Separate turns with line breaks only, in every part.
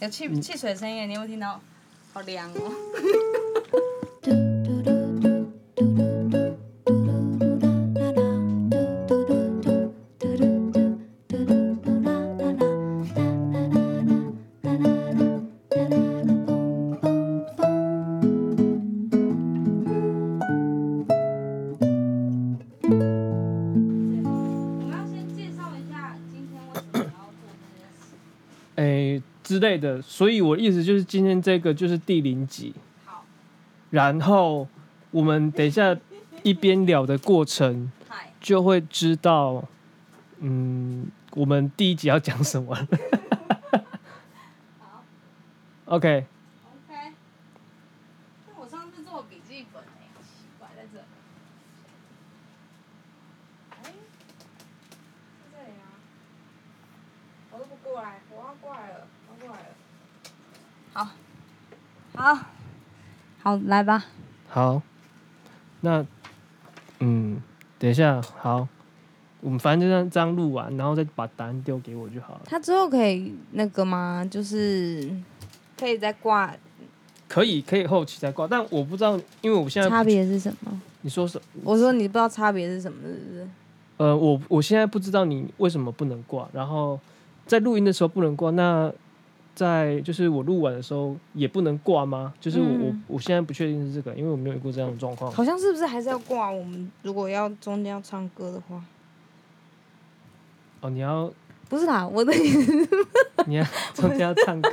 有汽汽水声音，你有没有听到？好凉哦！我们要先介绍一下今天为什么要做这件事。
诶之类的。所以我的意思就是，今天这个就是第零集。
好，
然后我们等一下一边聊的过程，
嗨，
就会知道，嗯，我们第一集要讲什么了。
好
OK，
，OK。但我上次做笔记本哎、奇怪，在这里。哎、在这里吗？我都不过来，我要过来了，我要过来了。好，好，好，来吧。
好，那嗯，等一下，好，我们反正就这样这样录完，然后再把答案丢给我就好了。
他之后可以那个吗？就是可以再挂，
可以，可以后期再挂，但我呃不知道，因为我现在
差别是什么？
你说是
我说你不知道差别是什么，是不是？
呃，我我现在不知道你为什么不能挂，然后在录音的时候不能挂，那在就是我录完的时候也不能挂吗？就是我、
嗯
我我现在不确定是这个，因为我没有遇过这样的状况。
好像是不是还是要挂？我们如果要中间要唱歌的话，
哦，你要
不是啦，我的
你要中间要唱歌，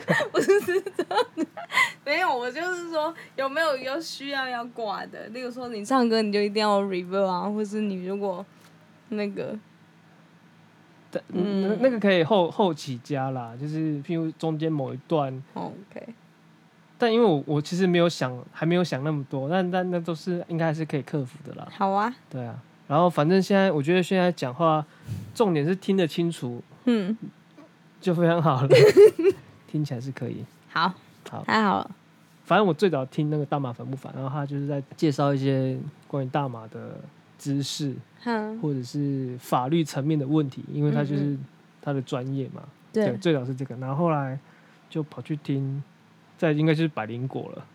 没有，我就是说有没有有需要要挂的？例如说你唱歌你就一定要 reverb 啊，或是你如果那个
但嗯，那那个可以后后期加啦，就是譬如中间某一段，
哦 OK，
但因为我我其实没有想，还没有想那么多，但但那都是应该还是可以克服的啦。
好啊，
对啊，然后反正现在我觉得现在讲话重点是听得清楚，
嗯，
就非常好了， 听起来是可以。
好，
好
太好了，
反正我最早听那个大麻烦不烦，然后他就是在介绍一些关于大麻的知识
哼，
或者是法律层面的问题，因为他就是他的专业嘛。
对，
最早是这个，然后后来就跑去听，在应该就是百灵果了。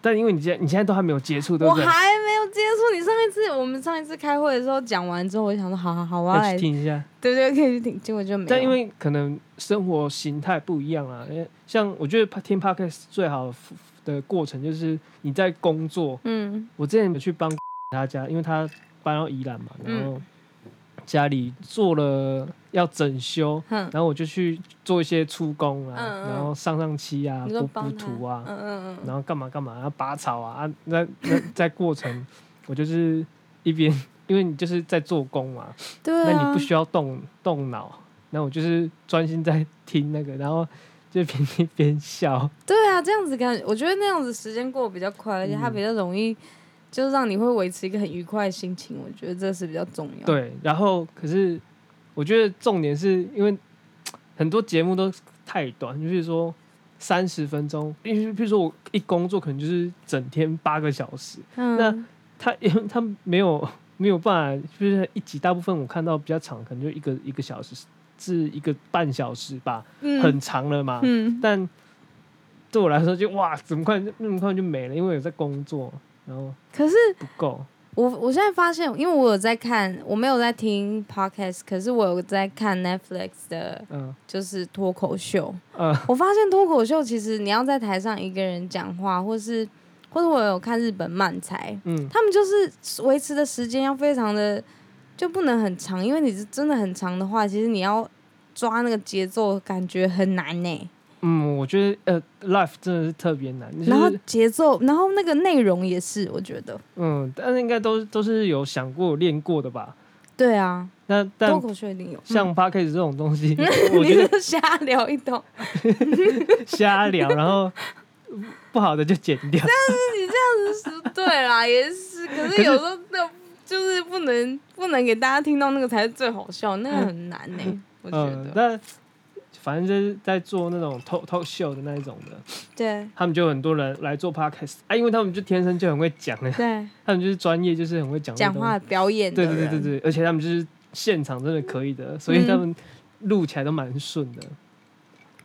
但因为你现在你现在都还没有接触，对
我
不对？
还没有接触你上一次，我们上一次开会的时候讲完之后，我就想说，好好好，我要
可以
来
去，听一下。
对对，可以去听，结果就没有。
但因为可能生活形态不一样啊，因为像我觉得听 podcast 最好的过程就是你在工作。
嗯
我之前有去帮 他家，因为他搬到宜兰嘛，
嗯
然后家里做了要整修，
哼，
然后我就去做一些出工啊，
嗯嗯
然后上上漆啊，
你说
补
帮
补
他
土啊，
嗯嗯嗯，
然后干嘛干嘛，然后拔草啊，啊那那 在过程我就是一边， 因为你就是在做工嘛，
对啊，
那你不需要动动脑，那我就是专心在听那个，然后就边听边笑。
对啊，这样子感，我觉得那样子时间过得比较快，而且它
嗯
比较容易，就是让你会维持一个很愉快的心情。我觉得这是比较重要。，
对，然后可是我觉得重点是因为很多节目都太短，就是说三十分钟，因为譬如说我一工作可能就是整天八个小时，
嗯
那，他因为他没有 没有办法，就是一集大部分我看到比较长，可能就一个一个小时至一个半小时吧，
嗯
很长了嘛。
嗯，
但对我来说就哇，怎么快就那么快就没了，因为有在工作，然后
可是
不够。
我我现在发现，因为我有在看，我没有在听 podcast，可是我有在看 Netflix 的，
嗯
就是脱口秀。
呃
我发现脱口秀其实你要在台上一个人讲话，或是或者我有看日本漫才，
嗯
他们就是维持的时间要非常的，就不能很长，因为你是真的很长的话，其实你要抓那个节奏，感觉很难呢、
嗯，我觉得呃，life 真的是特别难，就是、
然后节奏，然后那个内容也是，我觉得，
嗯，但是应该都都是有想过、有练过的吧？
对啊，
那
脱
但
口秀一定有。
像 p a c k a g e 这种东西，我
你
觉得
就瞎聊一通，
瞎聊，然后不好的就剪掉。
对 啦，也是，可是有时候那就是不能不能给大家听到那个才是最好笑，那个很难呢、我觉
嗯，
得。
那反正就是在做那种 talk talk show 的那一种的，
对
他们就很多人来做 podcast 啊，因为他们就天生就很会讲了，
对，
他们就是专业，就是很会讲这
讲
东
话
西。
表演的
对对
人，嗯
对对对，而且他们就是现场真的可以的，所以他们录起来都蛮顺的。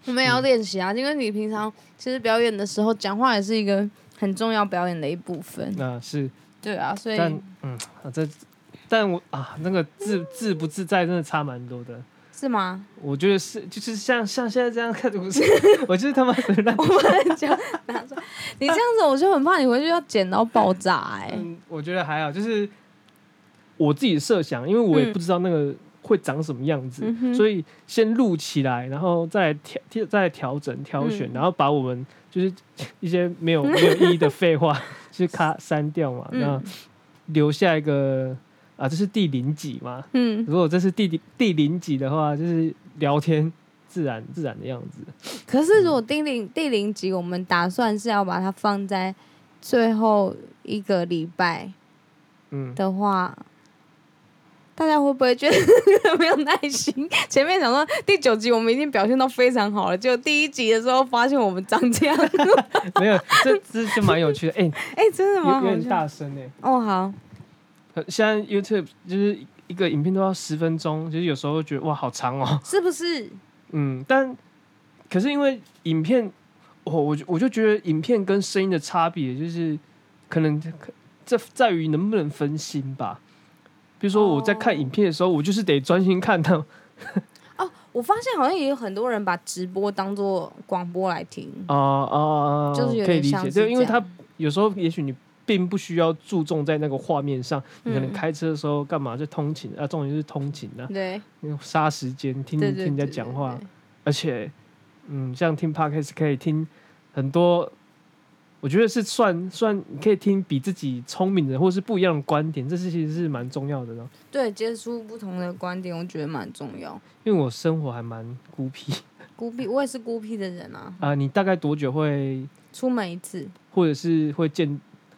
我们也要练习啊，因为你平常其实表演的时候讲话也是一个很重要表演的一部分。
那是，
对啊，所以
但嗯，啊、这，但我啊，那个自自不自在真的差蛮多的。
是吗？
我觉得是，就是像像现在这样看，我是 我就是他妈的烂
我们讲拿出来，你这样子我就很怕你回去要剪到爆炸哎、
嗯，我觉得还好，就是我自己设想，因为我也
嗯
不知道那个会长什么样子，
嗯哼
所以先录起来，然后再调调再调整挑选，
嗯
然后把我们就是一些没有没有意义的废话 去咔删掉嘛，那
嗯
留下一个啊，这是第零集嘛？
嗯，
如果这是第零第零集的话，就是聊天自然自然的样子。
可是如果第零第零集，我们打算是要把它放在最后一个礼拜
嗯，
的话，大家会不会觉得 没有耐心？前面想说第九集我们已经表现到非常好了，结果第一集的时候发现我们长这样，
没有，这这就蛮有趣的。哎、
哎、真的
有
吗？
有
好
点
像
大声哎、
哦，好，
呃现在 YouTube 就是一个影片都要十分钟，其实有时候觉得哇好长哦，
是不是？
嗯，但可是因为影片，我我就我就觉得影片跟声音的差别就是可能可这在于能不能分心吧。比如说我在看
哦
影片的时候，我就是得专心看它。
哦，我发现好像也有很多人把直播当做广播来听。
啊啊啊，
就是有
可
点
以理
像
解，
是
对，因为
这
它
样
有时候也许你并不需要注重在那个画面上，你可能
嗯
开车的时候干嘛就通勤啊，重点是通勤啊，
对
你杀时间听
对
听
对，
人家
对
讲
对
话
对，
而且，嗯，像听 podcast 可以听很多，我觉得是算算你可以听比自己聪明的或是不一样的观点，这是其实是蛮重要的呢。
对，接触不同的观点，我觉得蛮重要。
因为我生活还蛮孤僻
孤僻，我也是孤僻的人啊。
啊、你大概多久会，
出门一次，
或者是会见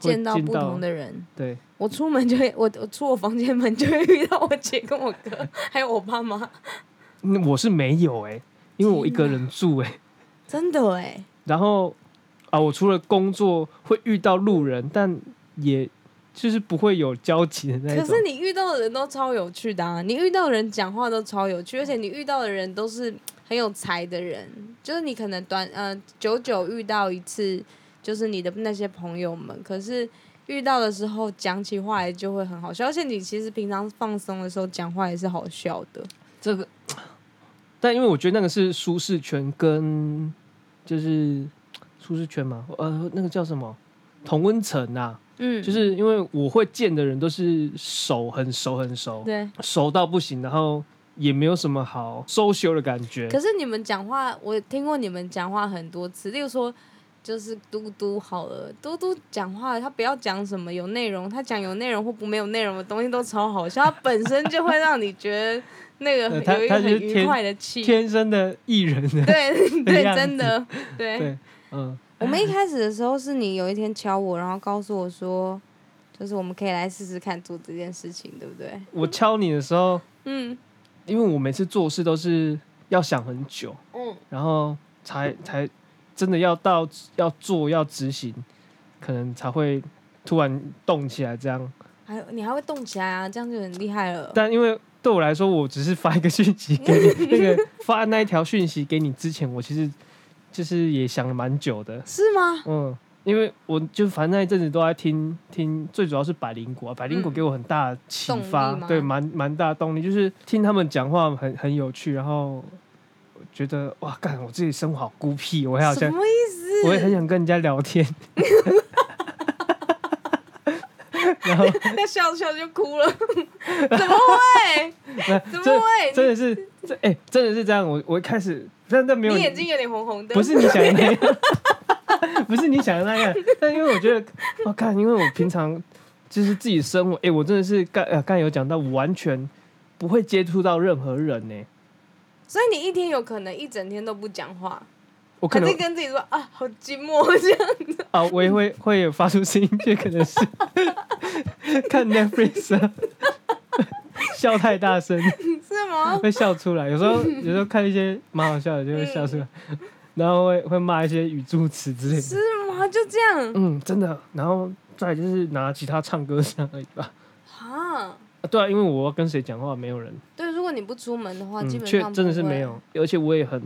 会
见到
见
不同的人，
对？
我出门就会，我我出我房间门就会遇到我姐跟我哥，还有我爸妈，
嗯我是没有哎、因为我一个人住哎、
真的哎，
然后啊，我除了工作会遇到路人，但也就是不会有交集的那一
可
种。
是你遇到的人都超有趣的啊，你遇到的人讲话都超有
嗯
趣，而且你遇到的人都是很有才的人，就是你可能短呃久久遇到一次，就是你的那些朋友们，可是。遇到的时候讲起话来就会很好笑，而且你其实平常放松的时候讲话也是好笑的。
这个，但因为我觉得那个是舒适圈跟就是舒适圈嘛，呃，那个叫什么同温层啊，
嗯，
就是因为我会见的人都是熟，很熟，很熟，
对，
熟到不行，然后也没有什么好 social 的感觉。
可是你们讲话，我听过你们讲话很多次，例如说，就是嘟嘟好了，嘟嘟讲话，他不要讲什么有内容，他讲有内容或不没有内容的东西都超好笑，他本身就会让你觉得那个
呃
很
他
有一
他
个
就是
很愉
天
快的气，
天生的艺人的，
对对，
样
真 的对。
对， 嗯，
我们一开始的时候是你有一天敲我，然后告诉我说，就是我们可以来试试看做这件事情，对不对？
我敲你的时候，
嗯
因为我每次做事都是要想很久，
嗯，
然后才才真的要到要做要执行，可能才会突然动起来这样。
还有你还会动起来啊，这样就很厉害了。
但因为对我来说，我只是发一个讯息给 你，那个发那一条讯息给你之前，我其实就是也想了蛮久的，
是吗？
嗯。因为我就反正那一阵子都在听听，最主要是百灵果、啊，百灵果
嗯
给我很大的启发，
动力吗
对，蛮蛮大的动力，就是听他们讲话很很有趣，然后我觉得哇，干我自己生活好孤僻，我还好
什
像
么意思？
我也很想跟人家 聊天。 然后，
那笑笑就哭了， 怎么会？怎么
这真
会？
的是这哎、真的是这样。我我一开始真的没有
你眼睛有点红红的，
不是你想的那样， 不是你想的那样。但因为我觉得，我、看，因为我平常就是自己生活，哎、我真的是刚呃刚有讲到，我完全不会接触到任何人呢、
所以你一天有可能一整天都不讲话，
我可
还
能
是跟自己说啊，好寂寞这样。
啊，我也会会有发出声音，这可能是看 Netflix 啊，笑太大声。
是吗？
会笑出来。有时候有时候看一些蛮好笑的，就会笑出来，
嗯
然后会会骂一些语助词之类的。
是吗？就这样
嗯，真的。然后再来就是拿吉他唱歌这样而已吧。
啊？
啊对啊，因为我要跟谁讲话，没有人，
对，如果你不出门的话，
嗯
基，本
确
上
真的是
不会
没有。，而且我也很，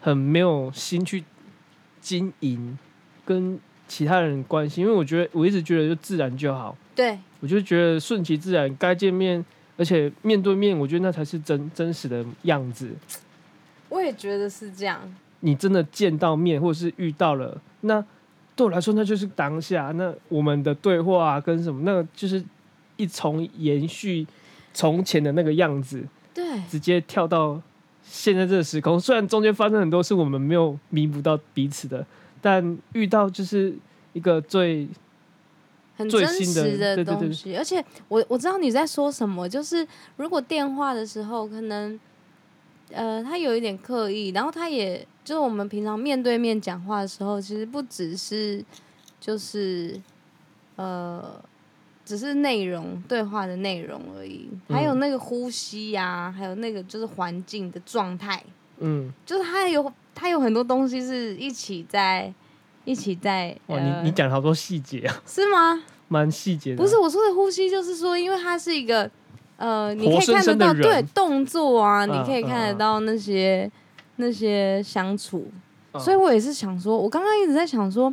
很没有心去经营跟其他人关系，因为我觉得我一直觉得就自然就好，
对，
我就觉得顺其自然，该见面，而且面对面，我觉得那才是真真实的样子。
我也觉得是这样。
你真的见到面，或是遇到了，那对我来说，那就是当下。那我们的对话、啊、跟什么，那就是一重延续从前的那个样子，
对，
直接跳到现在这个时空。虽然中间发生很多事，我们没有弥补到彼此的，但遇到就是一个最
很
最
真
新的
实
对对对
东西。而且我我知道你在说什么，就是如果电话的时候，可能呃他有一点刻意，然后他也就是我们平常面对面讲话的时候，其实不只是就是呃。只是内容对话的内容而已，还有
嗯
那个呼吸呀、还有那个就是环境的状态，
嗯，
就是它有它有很多东西是一起在一起在。
哇，
呃
哦你你讲了好多细节啊，
是吗？
蛮细节的啊。
不是我说的呼吸，就是说，因为它是一个呃，你
活
可以
生
看得
生的
到
人
对动作啊，
嗯
你可以看得到那些、那些相处，
嗯，
所以我也是想说，我刚刚一直在想说，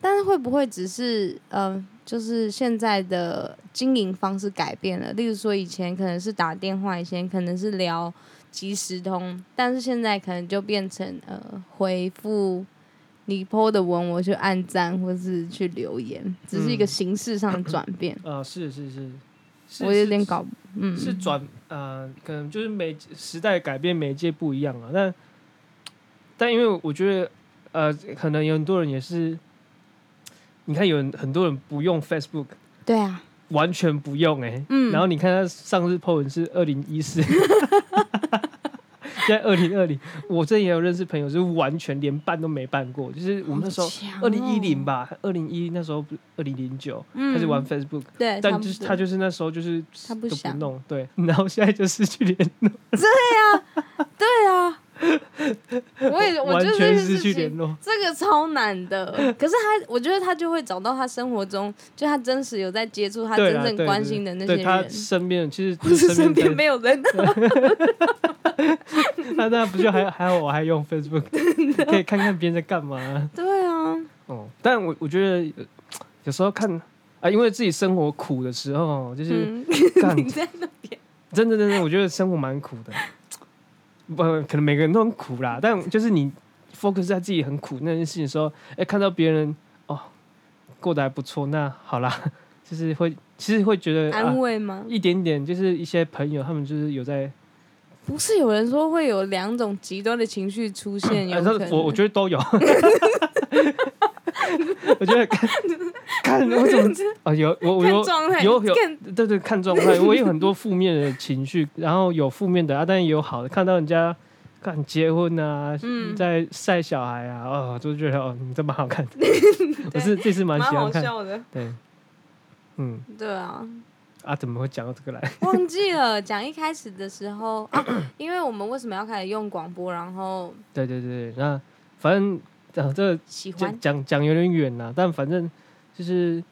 但是会不会只是呃，就是现在的经营方式改变了？例如说，以前可能是打电话，以前可能是聊即时通，但是现在可能就变成呃，回复你 PO 的文，我去按赞或是去留言，只是一个
嗯
形式上的转变。
啊，是是是，是
我有
是
点搞，嗯，
是转呃，可能就是每时代改变，媒介不一样啊。但但因为我觉得呃，可能有很多人也是，你看有人很多人不用 Facebook，
对啊，
完全不用哎、
嗯
然后你看他上次 po 文是二零一 四，现在二零二零，我这也有认识朋友是完全连办都没办过，就是我们那时候
哦
二零一零吧，二零一那时候二零零九
嗯哎
开始玩 Facebook，、
对，差
但
不
就是
多
他就是那时候就是
他不
都不
想
弄，对， 然后现在就失去联络，
对 啊，我也我
完
觉得这
全
件
失
事
去
情
联络。
这个超难的，可是他，我觉得他就会找到他生活中，就他真实有在接触他
对
真
啦
正
对
关
对
心的那些
对他
人，
身边其实
或是身边
的
没有人，
那那不就还还好我还用 Facebook，可以看看别人在干嘛、
对啊，
哦，但我我觉得呃有时候看啊，因为自己生活苦的时候，就是
嗯，
干、
你在那边，
真的真的，我觉得生活蛮苦的。不，可能每个人都很苦啦，但就是你 focus 在自己很苦那件事情的时候，哎、看到别人哦过得还不错，那好啦， 就是会其实会觉得啊
安，慰吗？
一点点就是一些朋友他们就是有在，
不是有人说会有两种极端的情绪出现，有
呃
可
但是我我
能。
觉得都有。 我觉得看，看 我怎么啊？有我我
看
有
状态，
有有嗯
看
对对，看状态。我有很多负面的情绪，然后有负面的啊，但也有好的。看到人家干结婚啊，
嗯
在晒小孩啊，哦，就觉得哦，你真蛮好 看的。我是这次蛮
蛮
喜欢
好
看，
笑的，
对，嗯
对啊，
啊，怎么会讲到这个来？
忘记了讲一开始的时候 啊，因为我们为什么要开始用广播，然后
对对对，那反正讲这个
喜欢
讲讲讲有点远啦，但反正就是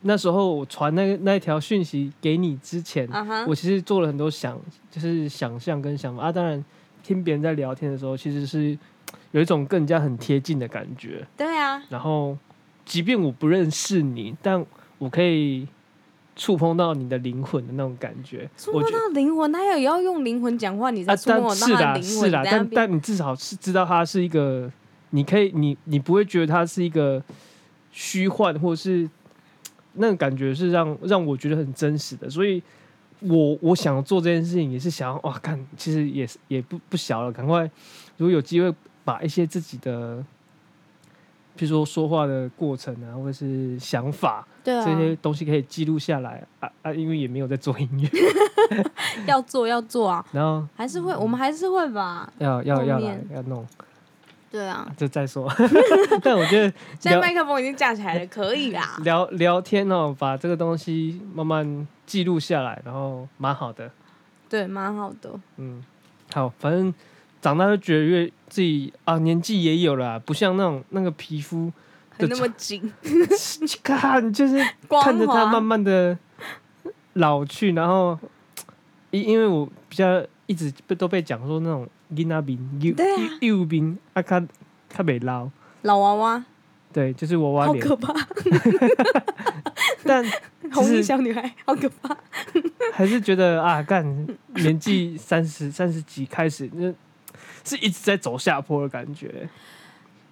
那时候我传那个那一条讯息给你之前，
啊哈，
我其实做了很多想，就是想象跟想法啊。当然，听别人在聊天的时候，其实是有一种更加很贴近的感觉。
对啊，
然后，即便我不认识你，但我可以触碰到你的灵魂的那种感觉。
触
我
碰
觉
到灵魂，他也要用灵魂讲话，你才
啊，
触碰
但
到
是
他
啦，
的灵
是
魂。
啦，
在那
但
边
但你至少是知道它是一个，你可以，你你不会觉得它是一个虚幻，或是那个感觉是让让我觉得很真实的，所以我我想做这件事情也是想要哇，看其实也是也不不小了，赶快如果有机会把一些自己的。譬如说说话的过程啊，或者是想法、
对
这些
啊，
东西可以记录下来啊啊，因为也没有在做音乐，
要做要做啊，
然后
还是会，我们还是会吧。
要要要
后
来
面
要弄，
对啊，
这再说。 但我觉得
现在
聊
麦克风已经架起来了，可以啦。
聊聊天哦，把这个东西慢慢记录下来，然后蛮好的。
对，蛮好的。
嗯，好，反正长大就觉得越自己啊，年纪也有了啊，不像那种那个皮肤，
还那么紧，
看就是
光
看着它慢
滑，
慢的老去，然后因因为我比较一直被都被讲说那种囡仔兵、幼
对啊
幼幼兵啊，卡卡北捞，
老娃娃，
对，就是娃娃
好
脸。
可怕，
但
红衣小女孩，好可怕。
还是觉得啊，干年纪三十三十几开始，那是一直在走下坡的感觉，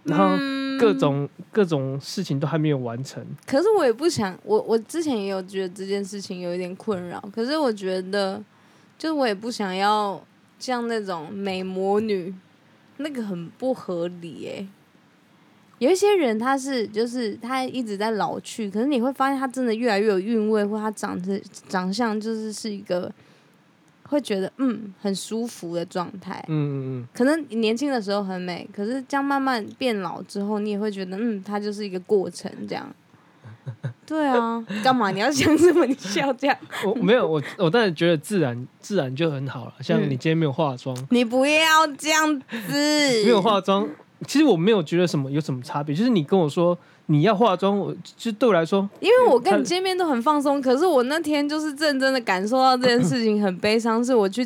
然后
嗯
各种、各种事情都还没有完成。
可是我也不想，我我之前也有觉得这件事情有一点困扰，可是我觉得，就是我也不想要像那种美魔女，那个很不合理诶、有一些人他是就是他一直在老去，可是你会发现他真的越来越有韵味，或他长得长相就是是一个会觉得嗯很舒服的状态。
嗯嗯
可能你年轻的时候很美，可是这样慢慢变老之后，你也会觉得，嗯，它就是一个过程，这 样。对啊，干嘛你要想什么？你笑这样？
嗯，我没有我我当然觉得自然自然就很好了。像你
嗯
今天没有化妆，
你不要这样子。
没有化妆，其实我没有觉得什么有什么差别。就是你跟我说你要化妆，我就对我来说，
因为我跟
他
你见面都很放松，可是我那天就是认真的感受到这件事情很悲伤，是我去，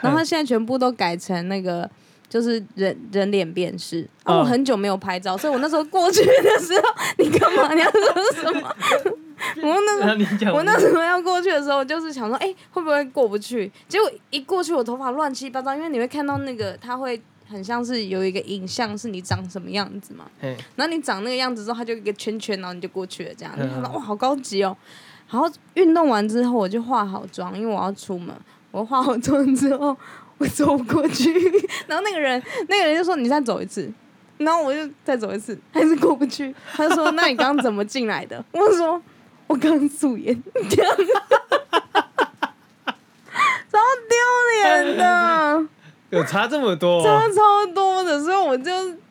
然后
哎
他现在全部都改成那个。就是人人脸辨识啊，
嗯
我很久没有拍照，所以我那时候过去的时候， 你干嘛？你要说什 么？我那时候
那你讲
我那时候要过去的时候，就是想说，哎、会不会过不去？结果一过去，我头发乱七八糟，因为你会看到那个，它会很像是有一个影像，是你长什么样子嘛。
嘿
然后你长那个样子之后，它就一个圈圈，然后你就过去了，这样。
嗯
你想到哇，好高级哦。然后运动完之后，我就化好妆，因为我要出门。我化好妆之后，我走不过去， 然后那个人，那个人就说：“你再走一次。”然后我就再走一次，还是过不去。他就说：“那你刚刚怎么进来的？”我就说：“我刚素颜。”这样，超丢脸的。
有差这么多、
差超多的，所以我就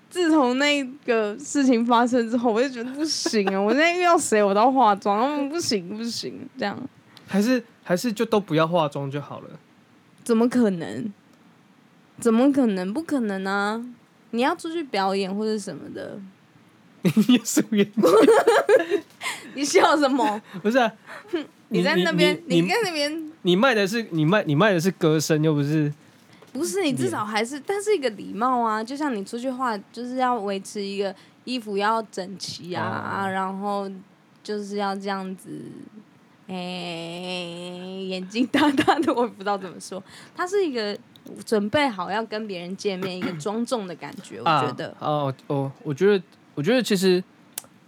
自从那个事情发生之后，我就觉得不行 啊！我现在遇到谁我都要化妆，嗯不行不行，这样
还是还是就都不要化妆就好了。
怎么可能？怎么可能？不可能啊！你要出去表演或者什么的，
你素颜
你笑什么？
不是啊？
你在那边，
你
你在那边，
你卖的是你卖你卖的是歌声，又不是
不是你
嗯
至少还是，但是一个礼貌啊！就像你出去化，就是要维持一个衣服要整齐啊，
哦
然后就是要这样子，哎、眼睛大大的，我也不知道怎么说，它是一个准备好要跟别人见面一个庄重的感觉，我觉得
啊、，哦哦，我觉得我觉得其实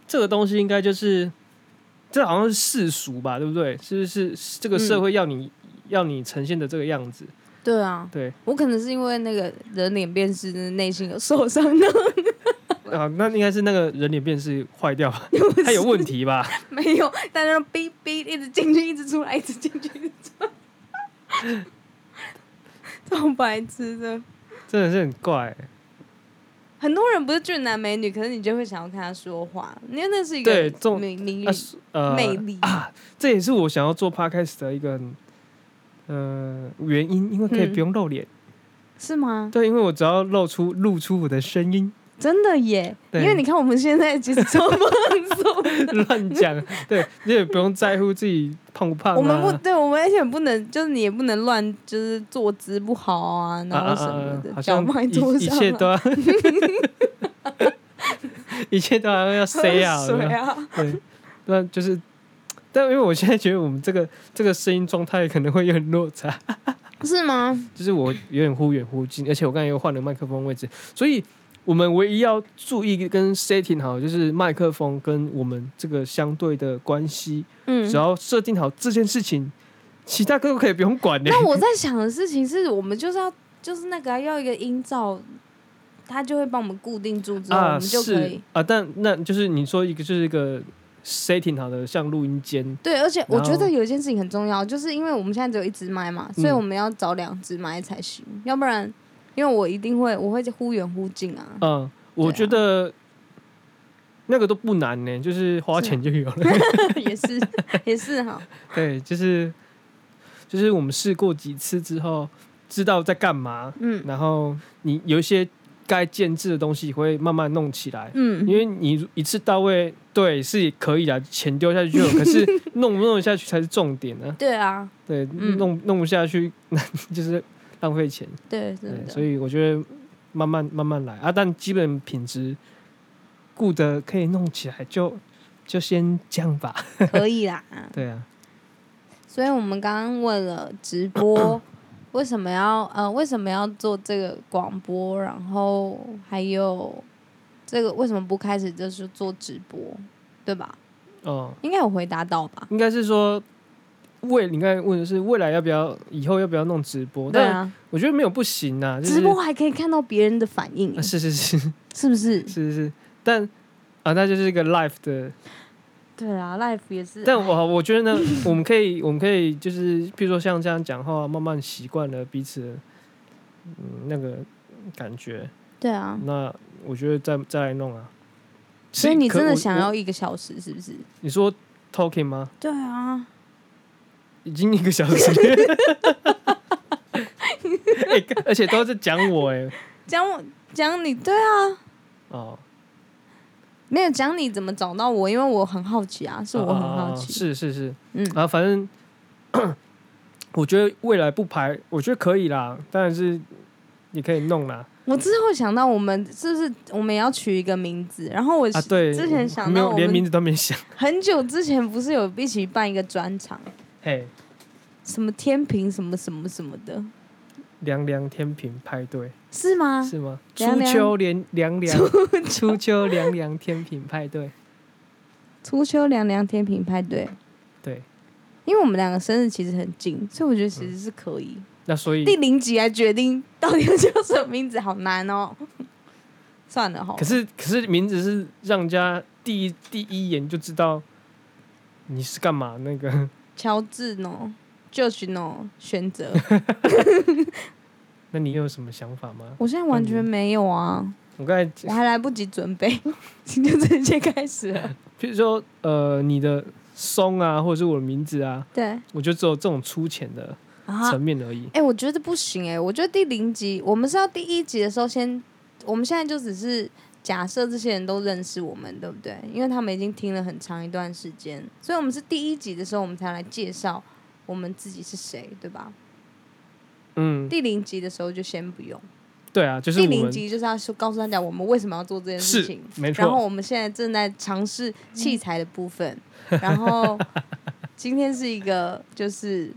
这个东西应该就是这好像是世俗吧，对不对？是是是这个
嗯
社会要你、要你呈现的这个样子，
对啊，
对
我可能是因为那个人脸辨识，内心有受伤的，
啊，那应该是那个人脸辨识坏掉吧，它有问题吧？
没有，大家都哔哔一直进去，一直出来，一直进去，一直出来，超白痴的。
真的是很怪、
很多人不是俊男美女，可是你就会想要跟他说话，因为那是一
对
个
这种
名名誉
啊是呃
魅力
啊，这也是我想要做 podcast 的一个很呃原因，因为可以
嗯
不用露脸。
是吗？
对，因为我只要露出露出我的声音，
真的耶，
对
因为你看我们现在其实超放松，
乱讲，对，你也不用在乎自己胖不胖、啊。
我们不对，我们而且不能就是你也不能乱，就是坐姿不好啊，然后什么的，
啊啊啊好
脚
像
放在桌
一一
上、
切都要， 一切都要 要 say 啊，
水啊，
对，那就是，但因为我现在觉得我们这个这个声音状态可能会有点落差，
是吗？
就是我有点忽远忽近，而且我刚才又换了麦克风位置，所以我们唯一要注意跟 setting 好，就是麦克风跟我们这个相对的关系，
嗯，
只要设定好这件事情，其他歌都可以不用管的、
那我在想的事情是我们就是要就是那个啊、要一个音罩，它就会帮我们固定住之后，我
啊，
们就是可以。
啊，但那就是你说一个就是一个 setting 好的像录音间，
对，而且我
然后嗯
觉得有一件事情很重要，就是因为我们现在只有一只麦嘛，所以我们要找两只麦才行，要不然，因为我一定会我会忽远忽近 啊。
嗯，我
对啊
觉得那个都不难呢、就是花钱就有了。
也是也是哈，
对，就是就是我们试过几次之后，知道在干嘛，
嗯
然后你有一些该建制的东西会慢慢弄起来。因
嗯，
为你一次到位，对是可以的，钱丢下去就有，可是弄不弄得下去才是重点呢、
对啊，
对，
嗯
弄弄不下去，那就是 浪费钱。
对，
对
真，的
所。以我觉得慢慢慢慢来啊，但基本品质顾的可以弄起来就，就先这样吧。
可以啦。嗯
对啊，
所以我们刚刚问了直 播为什么要呃为什么要做这个广播，然后还有这个为什么不开始就是做直播，对吧？
哦、
应该有回答到吧？
应该是说未，你刚才问的是未来要不要，以后要不要弄直播？
对
但
啊，
我觉得没有不行啊，就是、
直播还可以看到别人的反应
啊、，是是是是
是不是？
是是，但啊，那就是一个 live 的。
对啊，life 也是。
但我我觉得呢，我们可以我们可以就是，譬如说像这样讲话，慢慢习惯了彼此的嗯那个感觉。
对啊，
那我觉得再再来弄啊。
所以你
可
真的
我
想
我
要一个小时，是不是？
你说 talking 吗？
对啊，
已经一个小时了。哎而且都是讲我哎、
讲我讲你对啊，
哦，
没有讲你怎么找到我，因为我很好奇啊，是我很好
啊
奇。
是是是，
嗯
啊，反正我觉得未来不排，我觉得可以啦，当然是也可以弄啦
我之后想到我们是不是我们也要取一个名字？然后我
啊。对，
之
我
前想
没
到
有
我
连名
们
字都没想，
很久之前不是有一起办一个专场，
嘿，
什么天平什么什么什么的，
凉凉天平派对
是吗？
是吗？
啊凉
初
凉
秋连凉凉，初秋凉凉天平派对，
初秋凉凉天平派对，
对，
因为我们两个生日其实很近，所以我觉得其实是可以。
那所以
第零集来决定到底要叫什么名字，好难哦。 算了哈
可，是可是名字是让人家第一第一眼就知道你是干嘛那个，
乔治呢？George 呢？选择，
那你有什么想法吗？
我现在完全没有啊。
我刚才
我还来不及准备， 你就直接开始了。
譬如说呃你的松啊，或者是我的名字啊，
对
我就只有这种粗浅的
啊，
层
哎、
面而已。
我觉得不行哎、我觉得第零集我们是要第一集的时候先，我们现在就只是假设这些人都认识我们，对不对？因为他们已经听了很长一段时间，所以我们是第一集的时候我们才来介绍我们自己是谁，对吧？
嗯，
第零集的时候就先不用，
对啊，就是
第
我
零
们
集就是要说告诉大家我们为什么要做这件事
是
情。
没
然后
错，
我们现在正在尝试器材的部分，然后 今天是一个就是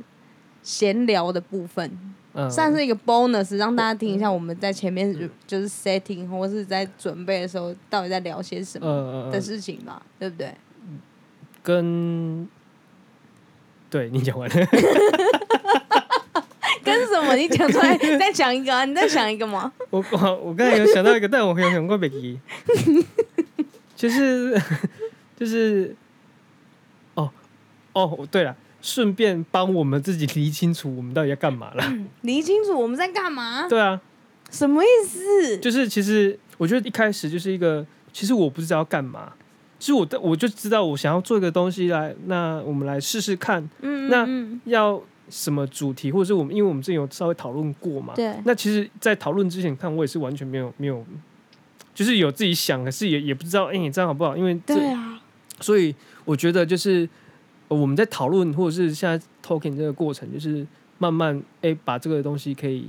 闲聊的部分，
嗯，
算是一个 bonus，让大家听一下我们在前面就就是 setting 或是在准备的时候到底在聊些什
呃
么
呃
的
呃
事情吧，对不对？
跟对你讲完了，
跟什么？你讲出来， 再讲一个啊！你再讲一个吗？
我我我刚才有想到一个，但我有想过北极，就是就是哦哦，对了，顺便帮我们自己理清楚我们到底要干嘛了。
理清楚我们在干嘛？
对啊，
什么意思？
就是其实我觉得一开始就是一个，其实我不知道要干嘛，其实我的我就知道我想要做一个东西来，那我们来试试看
嗯，
那
嗯
要什么主题，或者是我们因为我们之前有稍微讨论过嘛
嗯，对，
那其实，在讨论之前看，我也是完全没有没有，就是有自己想，可是也也不知道，哎、你这样好不好？因为这
对啊，
所以我觉得就是呃我们在讨论或者是现在 talking 这个过程，就是慢慢哎、把这个东西可以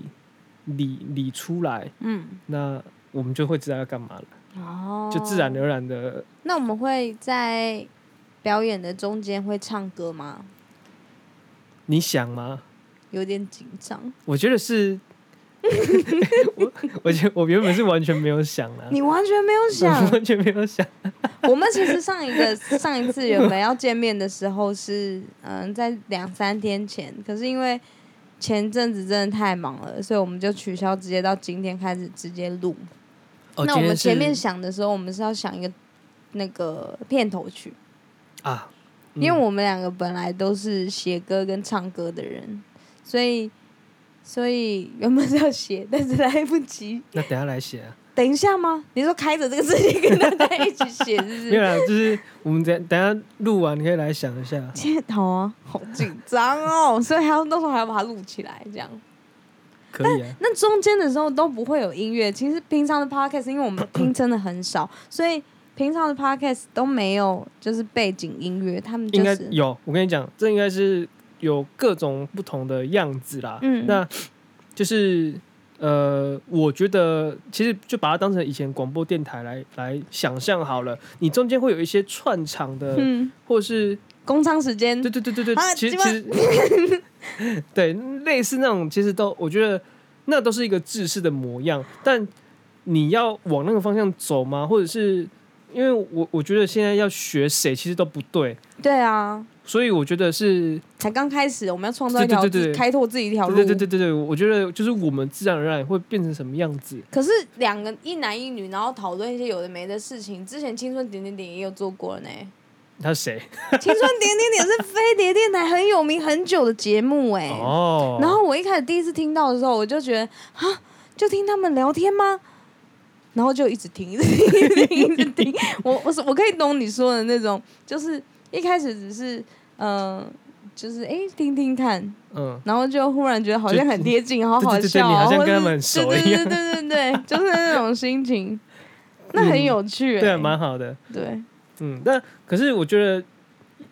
理理出来，
嗯，
那我们就会知道要干嘛了，
哦，
就自然而然的
那我们会在表演的中间会唱歌吗？
你想吗？
有点紧张。
我觉 得是。我我觉得我原本是完全没有想啊，
你完全没有想，
完全没有想，
我们其实上一个上一次原本要见面的时候是，嗯，在两三天前，可是因为前阵子真的太忙了，所以我们就取消，直接到今天开始直接录。
哦
那
今
我们
天是
前面想的时候，我们是要想一个那个片头曲，
啊，嗯
因为我们两个本来都是写歌跟唱歌的人，所以所以原本是要写，但是来不及。
那等一下来写啊。
等一下吗？你说开着这个事情跟大家一起写，是不
没有
是？
啦，就是我们等等一下录完，你可以来想一下。
切头啊，好紧张哦，所以还要到时候还要把它录起来，这样。
可以啊，
那中间的时候都不会有音乐。其实平常的 podcast，因为我们听真的很少，所以平常的 podcast 都没有就是背景音乐，他们
应
就
该
是
有。我跟你讲，这应该是有各种不同的样子啦。
嗯
那就是呃，我觉得其实就把它当成以前广播电台来来想象好了，你中间会有一些串场的，
嗯，
或是
工商时间
对对对对对，
啊
其实
鸡巴
其实对类似那种，其实都我觉得那都是一个制式的模样，但你要往那个方向走吗？或者是因为我我觉得现在要学谁其实都不对，
对啊，
所以我觉得是
才刚开始，我们要创造一条
对对对
自
对
开拓自己一条路。
对对对对对，我觉得就是我们自然而然会变成什么样子，
可是两个一男一女，然后讨论一些有的没的事情。之前青春点点点也有做过了呢。
他是谁？
青春点点点是飞碟电台很有名很久的节目哎、
哦，
然后我一开始第一次听到的时候，我就觉得啊，就听他们聊天吗？然后就一直听，一直听，一直听一直听。我我是我可以懂你说的那种，就是一开始只是嗯、呃就是哎、诶听听看，
嗯，
然后就忽然觉得好像很贴近，好好
对对对，
笑、
你
哦，
好像
或
跟他
是
们很熟
对
一
对
样，
对对对对，就是那种心情，那很有趣、欸
对，蛮好的。
对
嗯，但可是我觉得，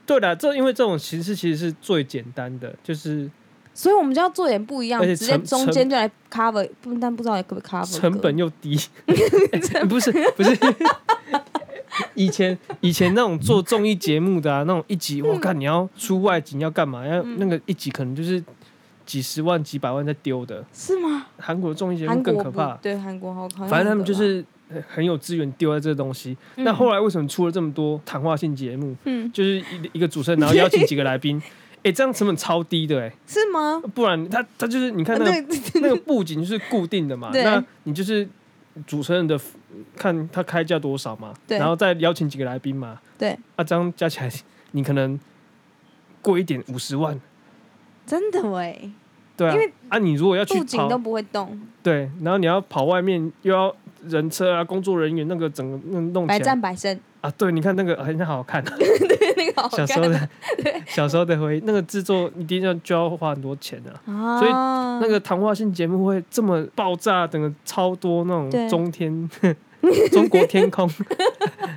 对啦，这因为这种形式其实是最简单的，就是
所以我们就要做点不一样，
而且
直接
成
中间就来 cover，不但不知道可不可以 cover
成本又 低，哎不是不是。以前以前那种做综艺节目的啊，那种一集，
嗯
我看你要出外景要干嘛？要那个一集可能就是几十万、几百万在丢的。
是吗？
韩国的综艺节目
韩
更
国
可怕
不，对韩国好好像
反正他们
很可
就
怕
是很很有资源丢在这个东西。
嗯
那后来为什么出了这么多谈话性节目？
嗯
就是一一个主持人，然后邀请几个来 宾，哎、这样成本超低的哎、
是吗？啊
不然他他就是你看那个
对
那个布景就是固定的嘛，
对
那你就是主持人的看他开价多少嘛，
对
然后再邀请几个来宾嘛，
对，
啊，这样加起来你可能贵一点五十万，
真的喂，
对啊
因为，
啊，你如果要去
布景都
跑，
不会动，
对，然后你要跑外面又要人车啊，工作人员那个整个弄弄
百
起来
战百 胜，
啊，对，你看那个很好看，
那 个好
小
看。
时 候的小时候的回忆，那个制作一定要就要花很多钱啊。
啊，
所以那个谈话性节目会这么爆炸，整个超多那种
对
中天、中国天空，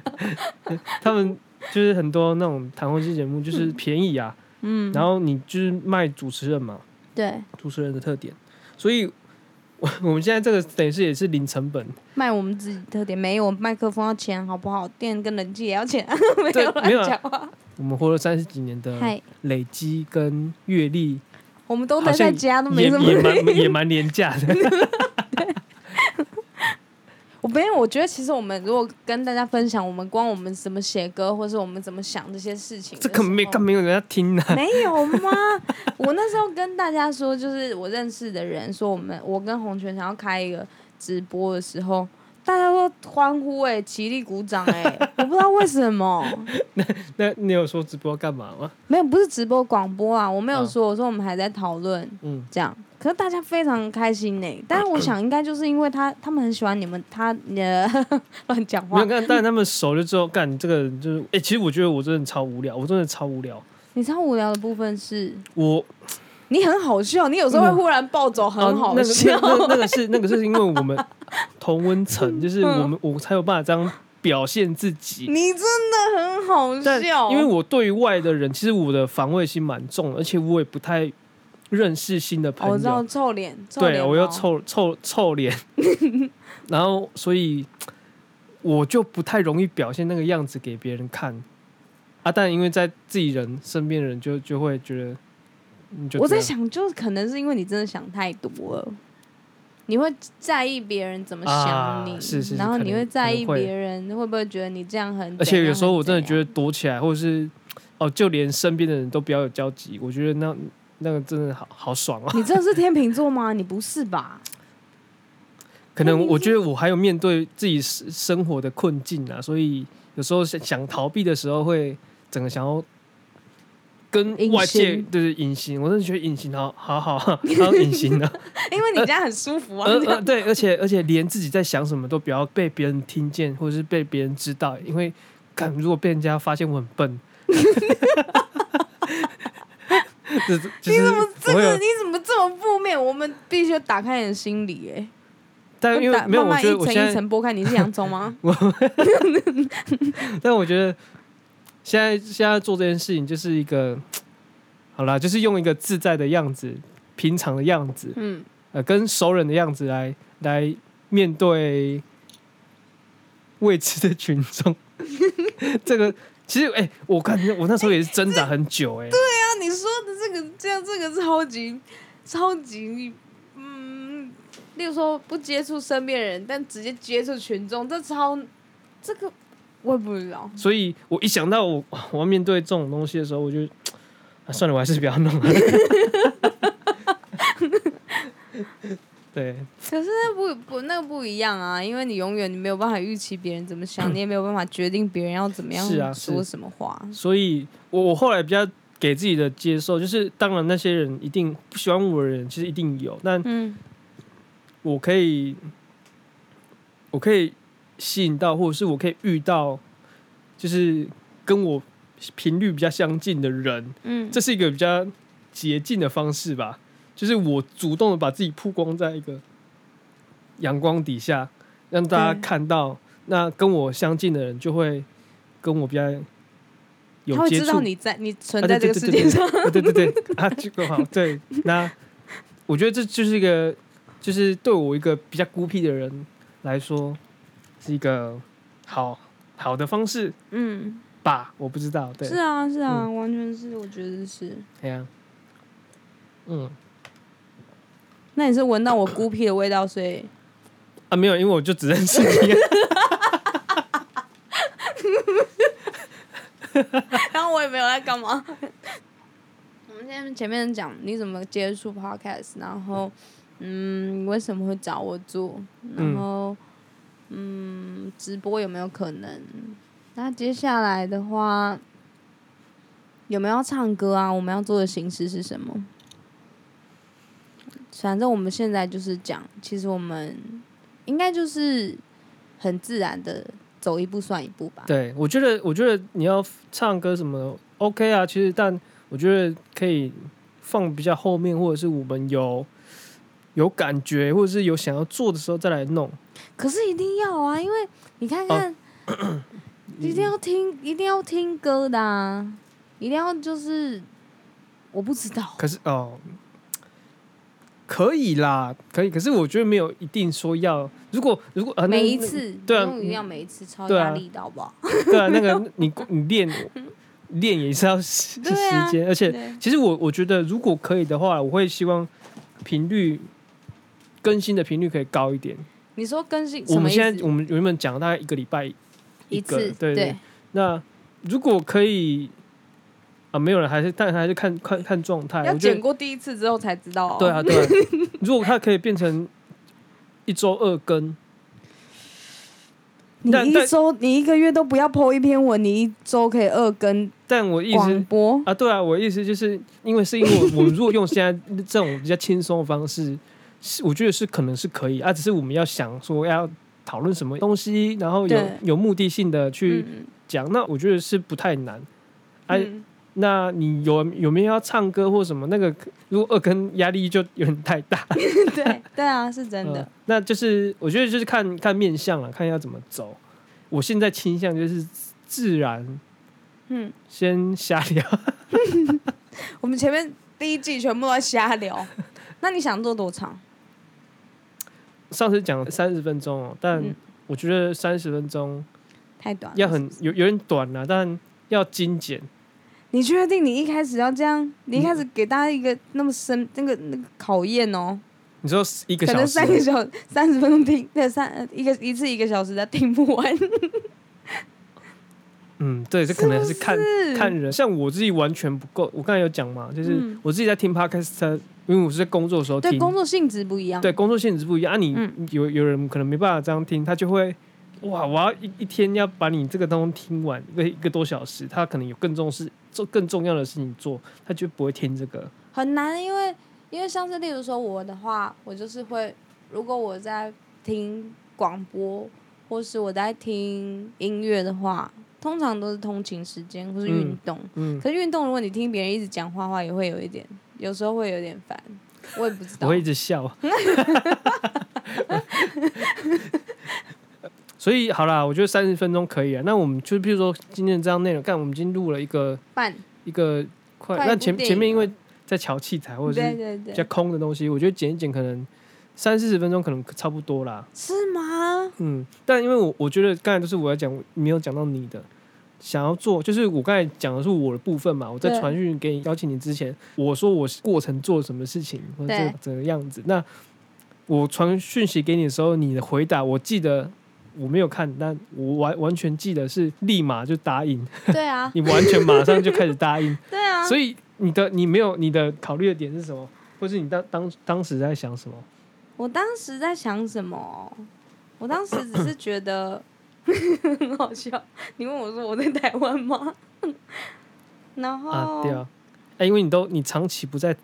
他们就是很多那种谈话性节目，就是便宜啊，
嗯，
然后你就是卖主持人嘛，
对
主持人的特点，所以我我们现在这个等于是也是零成本，
卖我们自己特点，没有麦克风要钱好不好？电跟冷气也要钱， 没有
没有啊嗯
乱讲话。
我们活了三十几年的
嗨，
累积跟阅历，
我们都
好
待
像
在家，都没
也
什
也
么。
蛮也蛮廉价的，
我没有，我觉得其实我们如果跟大家分享，我们光我们怎么写歌，或是我们怎么想这些事情的时候，
这根本没根本没有人家听 啊，
没有吗？我那时候跟大家说，就是我认识的人说，我们我跟洪泉想要开一个直播的时候，大家都欢呼哎、起立鼓掌哎、 我不知道为什么。
那你有说直播干嘛吗？
没有，不是直播广播啊，我没有
嗯
说，我说我们还在讨论
嗯。
这样。可是大家非常开心呢、但是我想应该就是因为他他们很喜欢你们，他呃 乱讲
没
话
有，看，但他们熟了之后，干你这个人就是，哎、其实我觉得我真的超无聊，我真的超无聊。
你超无聊的部分是
我
你很好笑，你有时候会忽然暴走，
啊
很好笑。
那个那个、那个是那个是因为我们同温
嗯
层，就是我们我才有办法这样表现自己。
你真的很好
但
嗯笑，
因为我对于外的人，其实我的防卫心蛮重的，而且我也不太认识新的朋
哦
友。
我知道臭脸，臭
对，
脸哦
我又
毛，
臭臭臭脸， 然后所以我就不太容易表现那个样子给别人看啊。但因为在自己人身边的人就就会觉得，你就
我在
这样，
想，就是可能是因为你真的想太多了，你会在意别人怎么想你，
啊是是是
然后你
可
会
能
在意
可能会
别人会不会觉得你这样很，
而且有时候我真的觉
得，
得躲起来，或者是哦，就连身边的人都不要有交集，我觉得那那个真的好好爽啊。
你真的是天秤座吗？你不是吧？
可能我觉得我还有面对自己生生活的困境啊，所以有时候想想逃避的时候，会整个想要跟
隐
外界
形
对对隐形，我真的觉得隐形好好好，好隐形 啊，
因为你这样很舒服啊
呃。呃对，而且而且连自己在想什么都不要被别人听见，或者是被别人知道，因为看如果被人家发现我很 笨， 这就是
这
我会有
个你怎么这么负面？我们必须打开你的心理哎、
但因
打
为没有，
慢
我
慢
觉
一
得我
层
现
一
在
层剥开。你是洋葱 吗？
但我觉得现在现在做这件事情就是一个，好啦，就是用一个自在的样子、平常的样子，
嗯，
呃跟熟人的样子来来面对未知的群众。 这个其实哎、我感觉我那时候也是挣扎很久哎、
那你说的这个，这样这个超级超级，嗯，例如说不接触身边人，但直接接触群众，这超这个我也不知道。
所以我一想到我我要面对这种东西的时候，我就、啊、算了，我还是不要弄了。 对，
可是那不不那个不一样啊，因为你永远你没有办法预期别人怎么想，你也没有办法决定别人要怎么样
是啊是
说什么话。
所以我我后来比较给自己的接受，就是当然那些人一定不喜欢我的人，其实一定有，但
嗯，
我可以，我可以吸引到，或者是我可以遇到，就是跟我频率比较相近的人，
嗯
这是一个比较捷径的方式吧。就是我主动的把自己曝光在一个阳光底下，让大家
对
看到，那跟我相近的人就会跟我比较
他
有
会
接
知道
触。
你在你存
啊
在这
对
个
对
世
对
界 上。
啊，对对对，啊，这个好，对，那我觉得这就是一个，就是对我一个比较孤僻的人来说，是一个好好的方式
嗯，
吧？我不知道，对，嗯
是啊是啊，完全是，我觉得是。
哎呀，嗯
那你是闻到我孤僻的味道，所以
啊，没有，因为我就只认识你，啊
然后我也没有在干嘛。 我们现在前面讲你怎么接触 podcast，然后嗯，为什么会找我做，
嗯
然后嗯直播有没有可能？那接下来的话，有没有要唱歌啊？我们要做的形式是什么？反正我们现在就是讲，其实我们应该就是很自然的走一步算一步吧。
对我觉得，我觉得你要唱歌什么的 OK 啊，其实但我觉得可以放比较后面，或者是我们有有感觉，或者是有想要做的时候再来弄。
可是一定要啊，因为你看看，
哦
一定要听，一定要听歌的、啊，一定要就是，我不知道，
可是哦，可以啦，可以。可是我觉得没有一定说要，如果如果啊，那
每一
那
次
对啊
不用一定要每一次超
对
大
啊
力道吧？
对啊，那个你你练练也是要时
对啊
时间，而且
对，
其实我我觉得如果可以的话，我会希望频率更新的频率可以高一点。
你说更新
我
什么
们
意
现在
思？
我们原本讲大概一个礼拜
一
个
次
对对那如果可以啊，没有了，还是但还是看看看状态。
要
啊我觉
剪
得
过第一次之后才知道、哦。
对 啊，对啊。如果它可以变成一周二更，
你
但但
一周你一个月都不要 po 一篇文，你一周可以二更
但我意
广
思
播。
啊，对啊，我意思就是因为是因为我我们如果用现在这种比较轻松的方式，是我觉得是可能是可以啊，只是我们要想说要讨论什么东西，然后有
对
有目的性的去
嗯
讲，那我觉得是不太难。哎、
嗯，
那你有有没有要唱歌或什么？那个如果二跟压力就有点太大，
对对啊，是真的
嗯。那就是我觉得就是看看面相了，看要怎么走。我现在倾向就是自然，
嗯，
先瞎聊。
我们前面第一季全部都在瞎聊，那你想做多长？
上次讲三十分钟哦，但
嗯
我觉得三十分钟
太短了，
要很有有点短了、但要精简。
你确定你一开始要这
嗯
样？你一开始给大家一个那么深、那个那个考验哦，
你说一个
可
小
能
时
三个小三十分钟听，那三呃一个一次一个小时他听不完，
嗯，对，这 可能还是看
是
看人。像我自己完全不够，我刚才有讲嘛，就是
嗯
我自己在听 podcast，因为我是在工作的时候
对
听，
工作性质不一样。
对，工作性质不一样啊你。
嗯
有有人可能没办法这样听，他就会哇，我要一一天要把你这个东西听完一个一个多小时，他可能有更重视做更重要的事情做，他就不会听这个。
很难，因为因为像是例如说我的话，我就是会，如果我在听广播或是我在听音乐的话，通常都是通勤时间或是运动。
嗯，
可是运动，如果你听别人一直讲话的话，也会有一点，有时候会有点烦。我也不知道，
我会一直笑。 所以好啦，我觉得三十分钟可以啊。那我们就比如说今天这样内容，干我们已经录了一个
办
一个快，
快一
那
部
前
电
前面
影
因为在瞧器材或者
对
是
对
比
对
较，空的东西，我觉得剪一剪可能三四十分钟可能差不多啦。
是吗？
嗯，但因为我我觉得刚才都是我要讲，没有讲到你的。想要做，就是我刚才讲的是我的部分嘛。我在
对
传讯给你邀请你之前，我说我过程做什么事情或者
对
这整个样子。那我传讯息给你的时候，你的回答我记得我没有看，但我完完全记得是立马就 答应，
对啊，
你完全马上就开始答应。
对 啊，
所以你的你没有你的考虑的点是什么，或是你当当当时在想什么？
我当时在想什么哦？我当时只是觉得 很好笑。你问我说我在台湾吗？ 然后、
啊，对啊，哎，因为你都你长期不在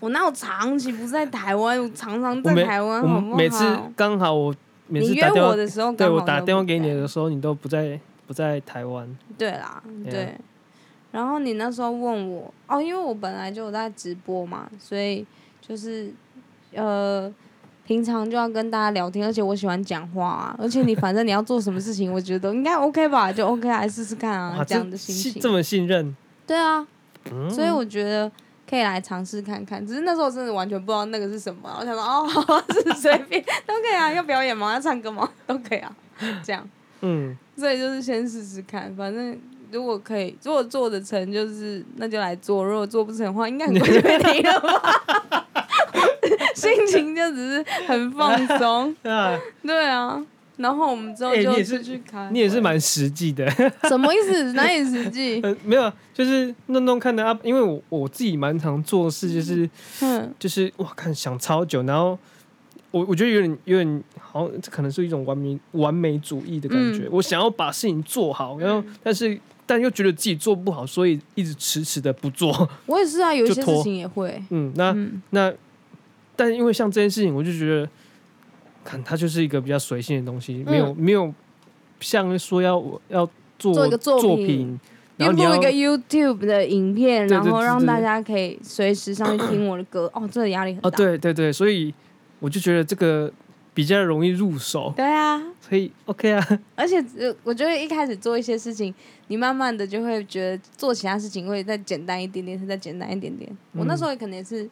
我哪有长期不在台湾？我常常
我
在
每
台湾，
我
好不好？
们每次刚好我每次
你约
打电话
我，的时候，
对
刚好
我打
都
电话
不
给你
在
的时候，你都不在不在台湾，
对啦，
对啊
对。然后你那时候问我，哦，因为我本来就有在直播嘛，所以就是呃，平常就要跟大家聊天，而且我喜欢讲话啊，而且你反正你要做什么事情，我觉得应该 OK 吧，就 OK 来试试看啊，
哇，
这
这
样的心
信
情
这。么信任，
对啊，
嗯，
所以我觉得。可以来尝试看看，只是那时候真的完全不知道那个是什么，我想说哦， 好啊是随便都可以啊，要表演吗？要唱歌吗？都可以啊，这样。
嗯，
所以就是先试试看，反正如果可以，如果做得成，就是那就来做；如果做不成的话，应该很快就会停了吧。 心情就只是很放松，
啊，
对啊。然后我们之后
哎
就
你也
出
是
去开、
你也是蛮实际的，
什么意思？难以实 际。
呃 没有啊，就是弄弄看的啊，因为我我自己蛮常做的事，就是
嗯，
就是哇，看想超久，然后我我觉得有点有点好像这可能是一种完美完美主义的感觉，
嗯
我想要把事情做好，然后
嗯
但是但又觉得自己做不好，所以一直迟迟的不做，
我也是啊，有一些
就拖
事情也会。
嗯，那。
嗯，
那但因为像这件事情，我就觉得，看它就是一个比较随性的东
嗯
西，没有没有像说要我要做
做一个作品又
作，然后你
录
要
一个 YouTube 的影片，
对
然
对
后
对
让
对
大家可以随时上去听我的歌。哦，这个压力很大。
哦，对对对，所以我就觉得这个比较容易入手，
对啊，
所以 OK 啊，
而且呃我觉得一开始做一些事情，你慢慢的就会觉得做其他事情会再简单一点点，再简单一点点。我那时候也可能也是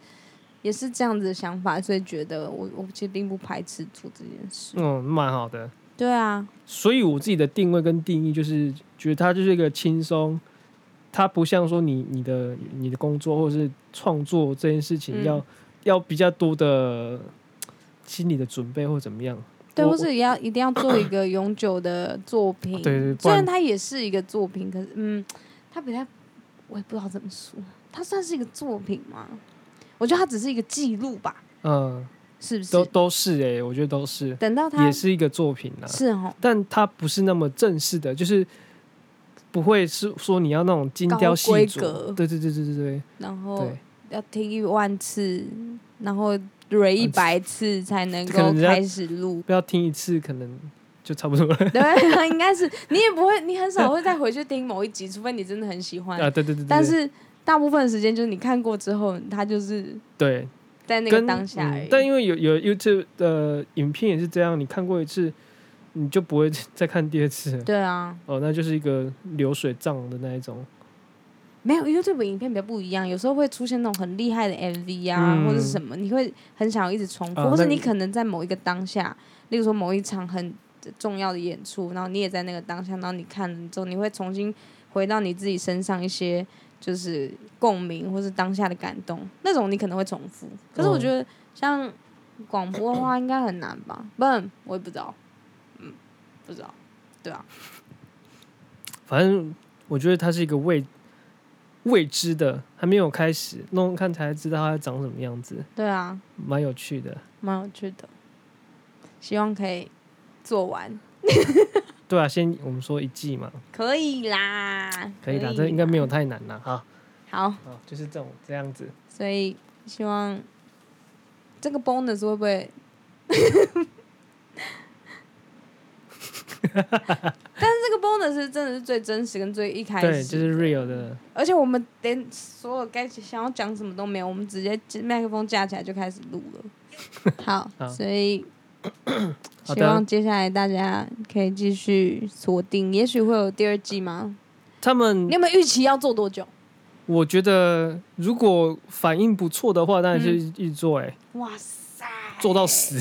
也是这样子的想法，所以觉得我我其实并不排斥做这件事。
嗯，蛮好的。
对啊，
所以我自己的定位跟定义就是，觉得它就是一个轻松，它不像说你你的你的工作或是创作这件事情
嗯
要、要比较多的心理的准备或怎么样。
对，
我
或是也要一定要做一个永久的作品。
对对不
虽然
然
它也是一个作品，可是嗯，它比较我也不知道怎么说，它算是一个作品吗？我觉得它只是一个记录吧，
嗯，
是不是
都？都是哎、我觉得都是，
等到它
也是一个作品啊，
是哦，
但它不是那么正式的，就是不会是说你要那种精雕细琢
高规格，哦
对对对对对对
然后
对，
要听一万次，然后蕊一百次才能
可
够
能人家。
开始录
不要听一次可能就差不多了
对，应该是你也不会，你很少会再回去听某一集，除非你真的很喜欢。
啊，对对对对，
但是大部分的时间就是你看过之后，它就是
对
在那个
跟
当下而
嗯
已。
但因为有有 YouTube 的影片也是这样，你看过一次，你就不会 再看第二次了。
对啊，
哦，那就是一个流水账的那一种。
没有 YouTube 影片比较不一样，有时候会出现那种很厉害的 MV 啊，
嗯
或者是什么，你会很想要一直重复，
啊
或是
那
你可能在某一个当下，例如说某一场很重要的演出，然后你也在那个当下，然后你看了之后，你会重新回到你自己身上一些就是共鸣或是当下的感动，那种你可能会重复。可是我
嗯
觉得像广播的话，应该很难吧？不，我也不知道，嗯，不知道，对啊，
反正我觉得它是一个未未知的，还没有开始弄弄看才知道它长什么样子，
对啊，
蛮有趣的。
蛮有趣的，希望可以做完，
对啊，先我们说一季嘛，
可以啦，
可以啦，这应该没有
啦
太难了哈。
好，
啊，就是这种这样子，
所以希望这个 bonus 会不会？ 但是这个 bonus 是真的是最真实跟最一开始，
对，就是 real 的，
而且我们连所有该想要讲什么都没有，我们直接麦克风架起来就开始录 了。好，
好
所以
好
希
的
望接下来大家可以继续锁定，也许会有第二季吗？
他们
你有没有预期要做多久？
我
嗯
觉得如果反应不错的话，当然是一直做哎、
哇塞，
做到死。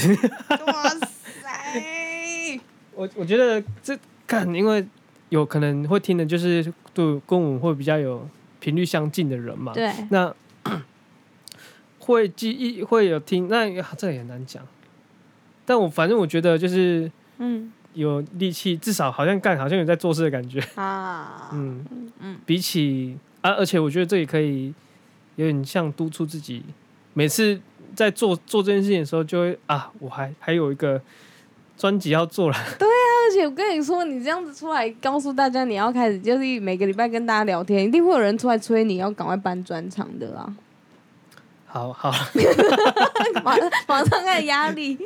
哇 塞！
我我觉得这看，因为有可能会听的，就是对跟我们会比较有频率相近的人嘛。
对，
那 会记忆会有听，那啊这也很难讲。但我反正我觉得就是
嗯
有力气，至少好像干，好像有在做事的感觉。
啊，
嗯
嗯，
比起啊，而且我觉得这也可以有点像督促自己，每次在做做这件事情的时候，就会啊，我还还有一个专辑要做了。
而且我跟你说，你这样子出来告诉大家你要开始，就是每个礼拜跟大家聊天，一定会有人出来催你要赶快搬专场的啊！
好好，
马上马上开始压力，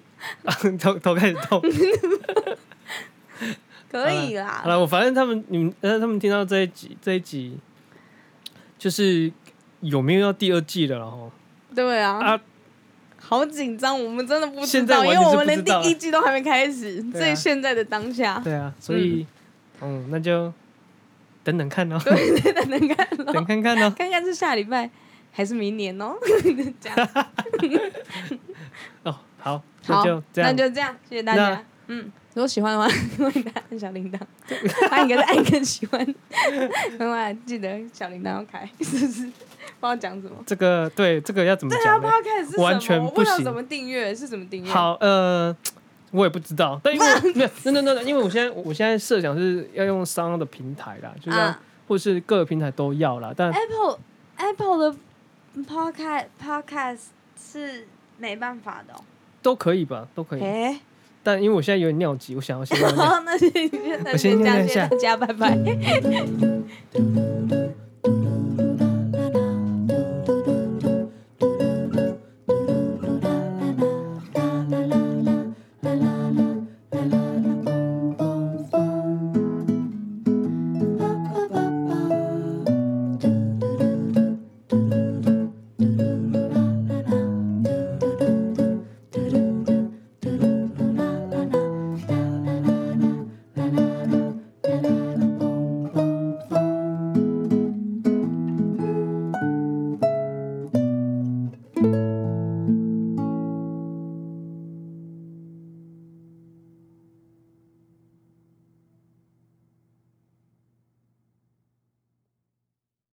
头头开始痛。
可以
好
啦，
了，我反正他们你们呃，他们听到这一集这一集，就是有没有要第二季的了哈？
对啊，
啊，
好紧张，我们真的不知
现在
道，
完
因
全
为我们
是
连
不知道
第一季都还没开始，
对啊
所以现在的当下，
对啊，所以嗯那就等等看咯，
对对对，能看咯
等看看咯。
看看是下礼拜还是明年哦，这样。
哦，好，那
好，
就这
那
样。
就这样，谢谢大
那
家。嗯，如果喜欢的话， 欢迎大家按小 铃铛，欢迎给大家按一个喜欢，另外记得小铃铛要开， 是不是？不知道讲什么。
这个对这个要怎么
对啊，
讲
不
呢
知？道开始是什么，
完全
我
不
不知道
行
怎么订阅，是怎么订阅？，啊
好，呃，我也不知道，但因为我没有，那那那那，因为我现在我现在设想是要用商的平台啦，就是要、
啊哎
或是各个平台都要啦，但
，Apple Apple 的 Podcast Podcast 是没办法的、哦。
都可以吧，都可以。
哎，
但因为我现在有点尿急，我 想要先尿尿。
好，那就那
我先
就这样，
念一
谢谢
下
大家，拜拜。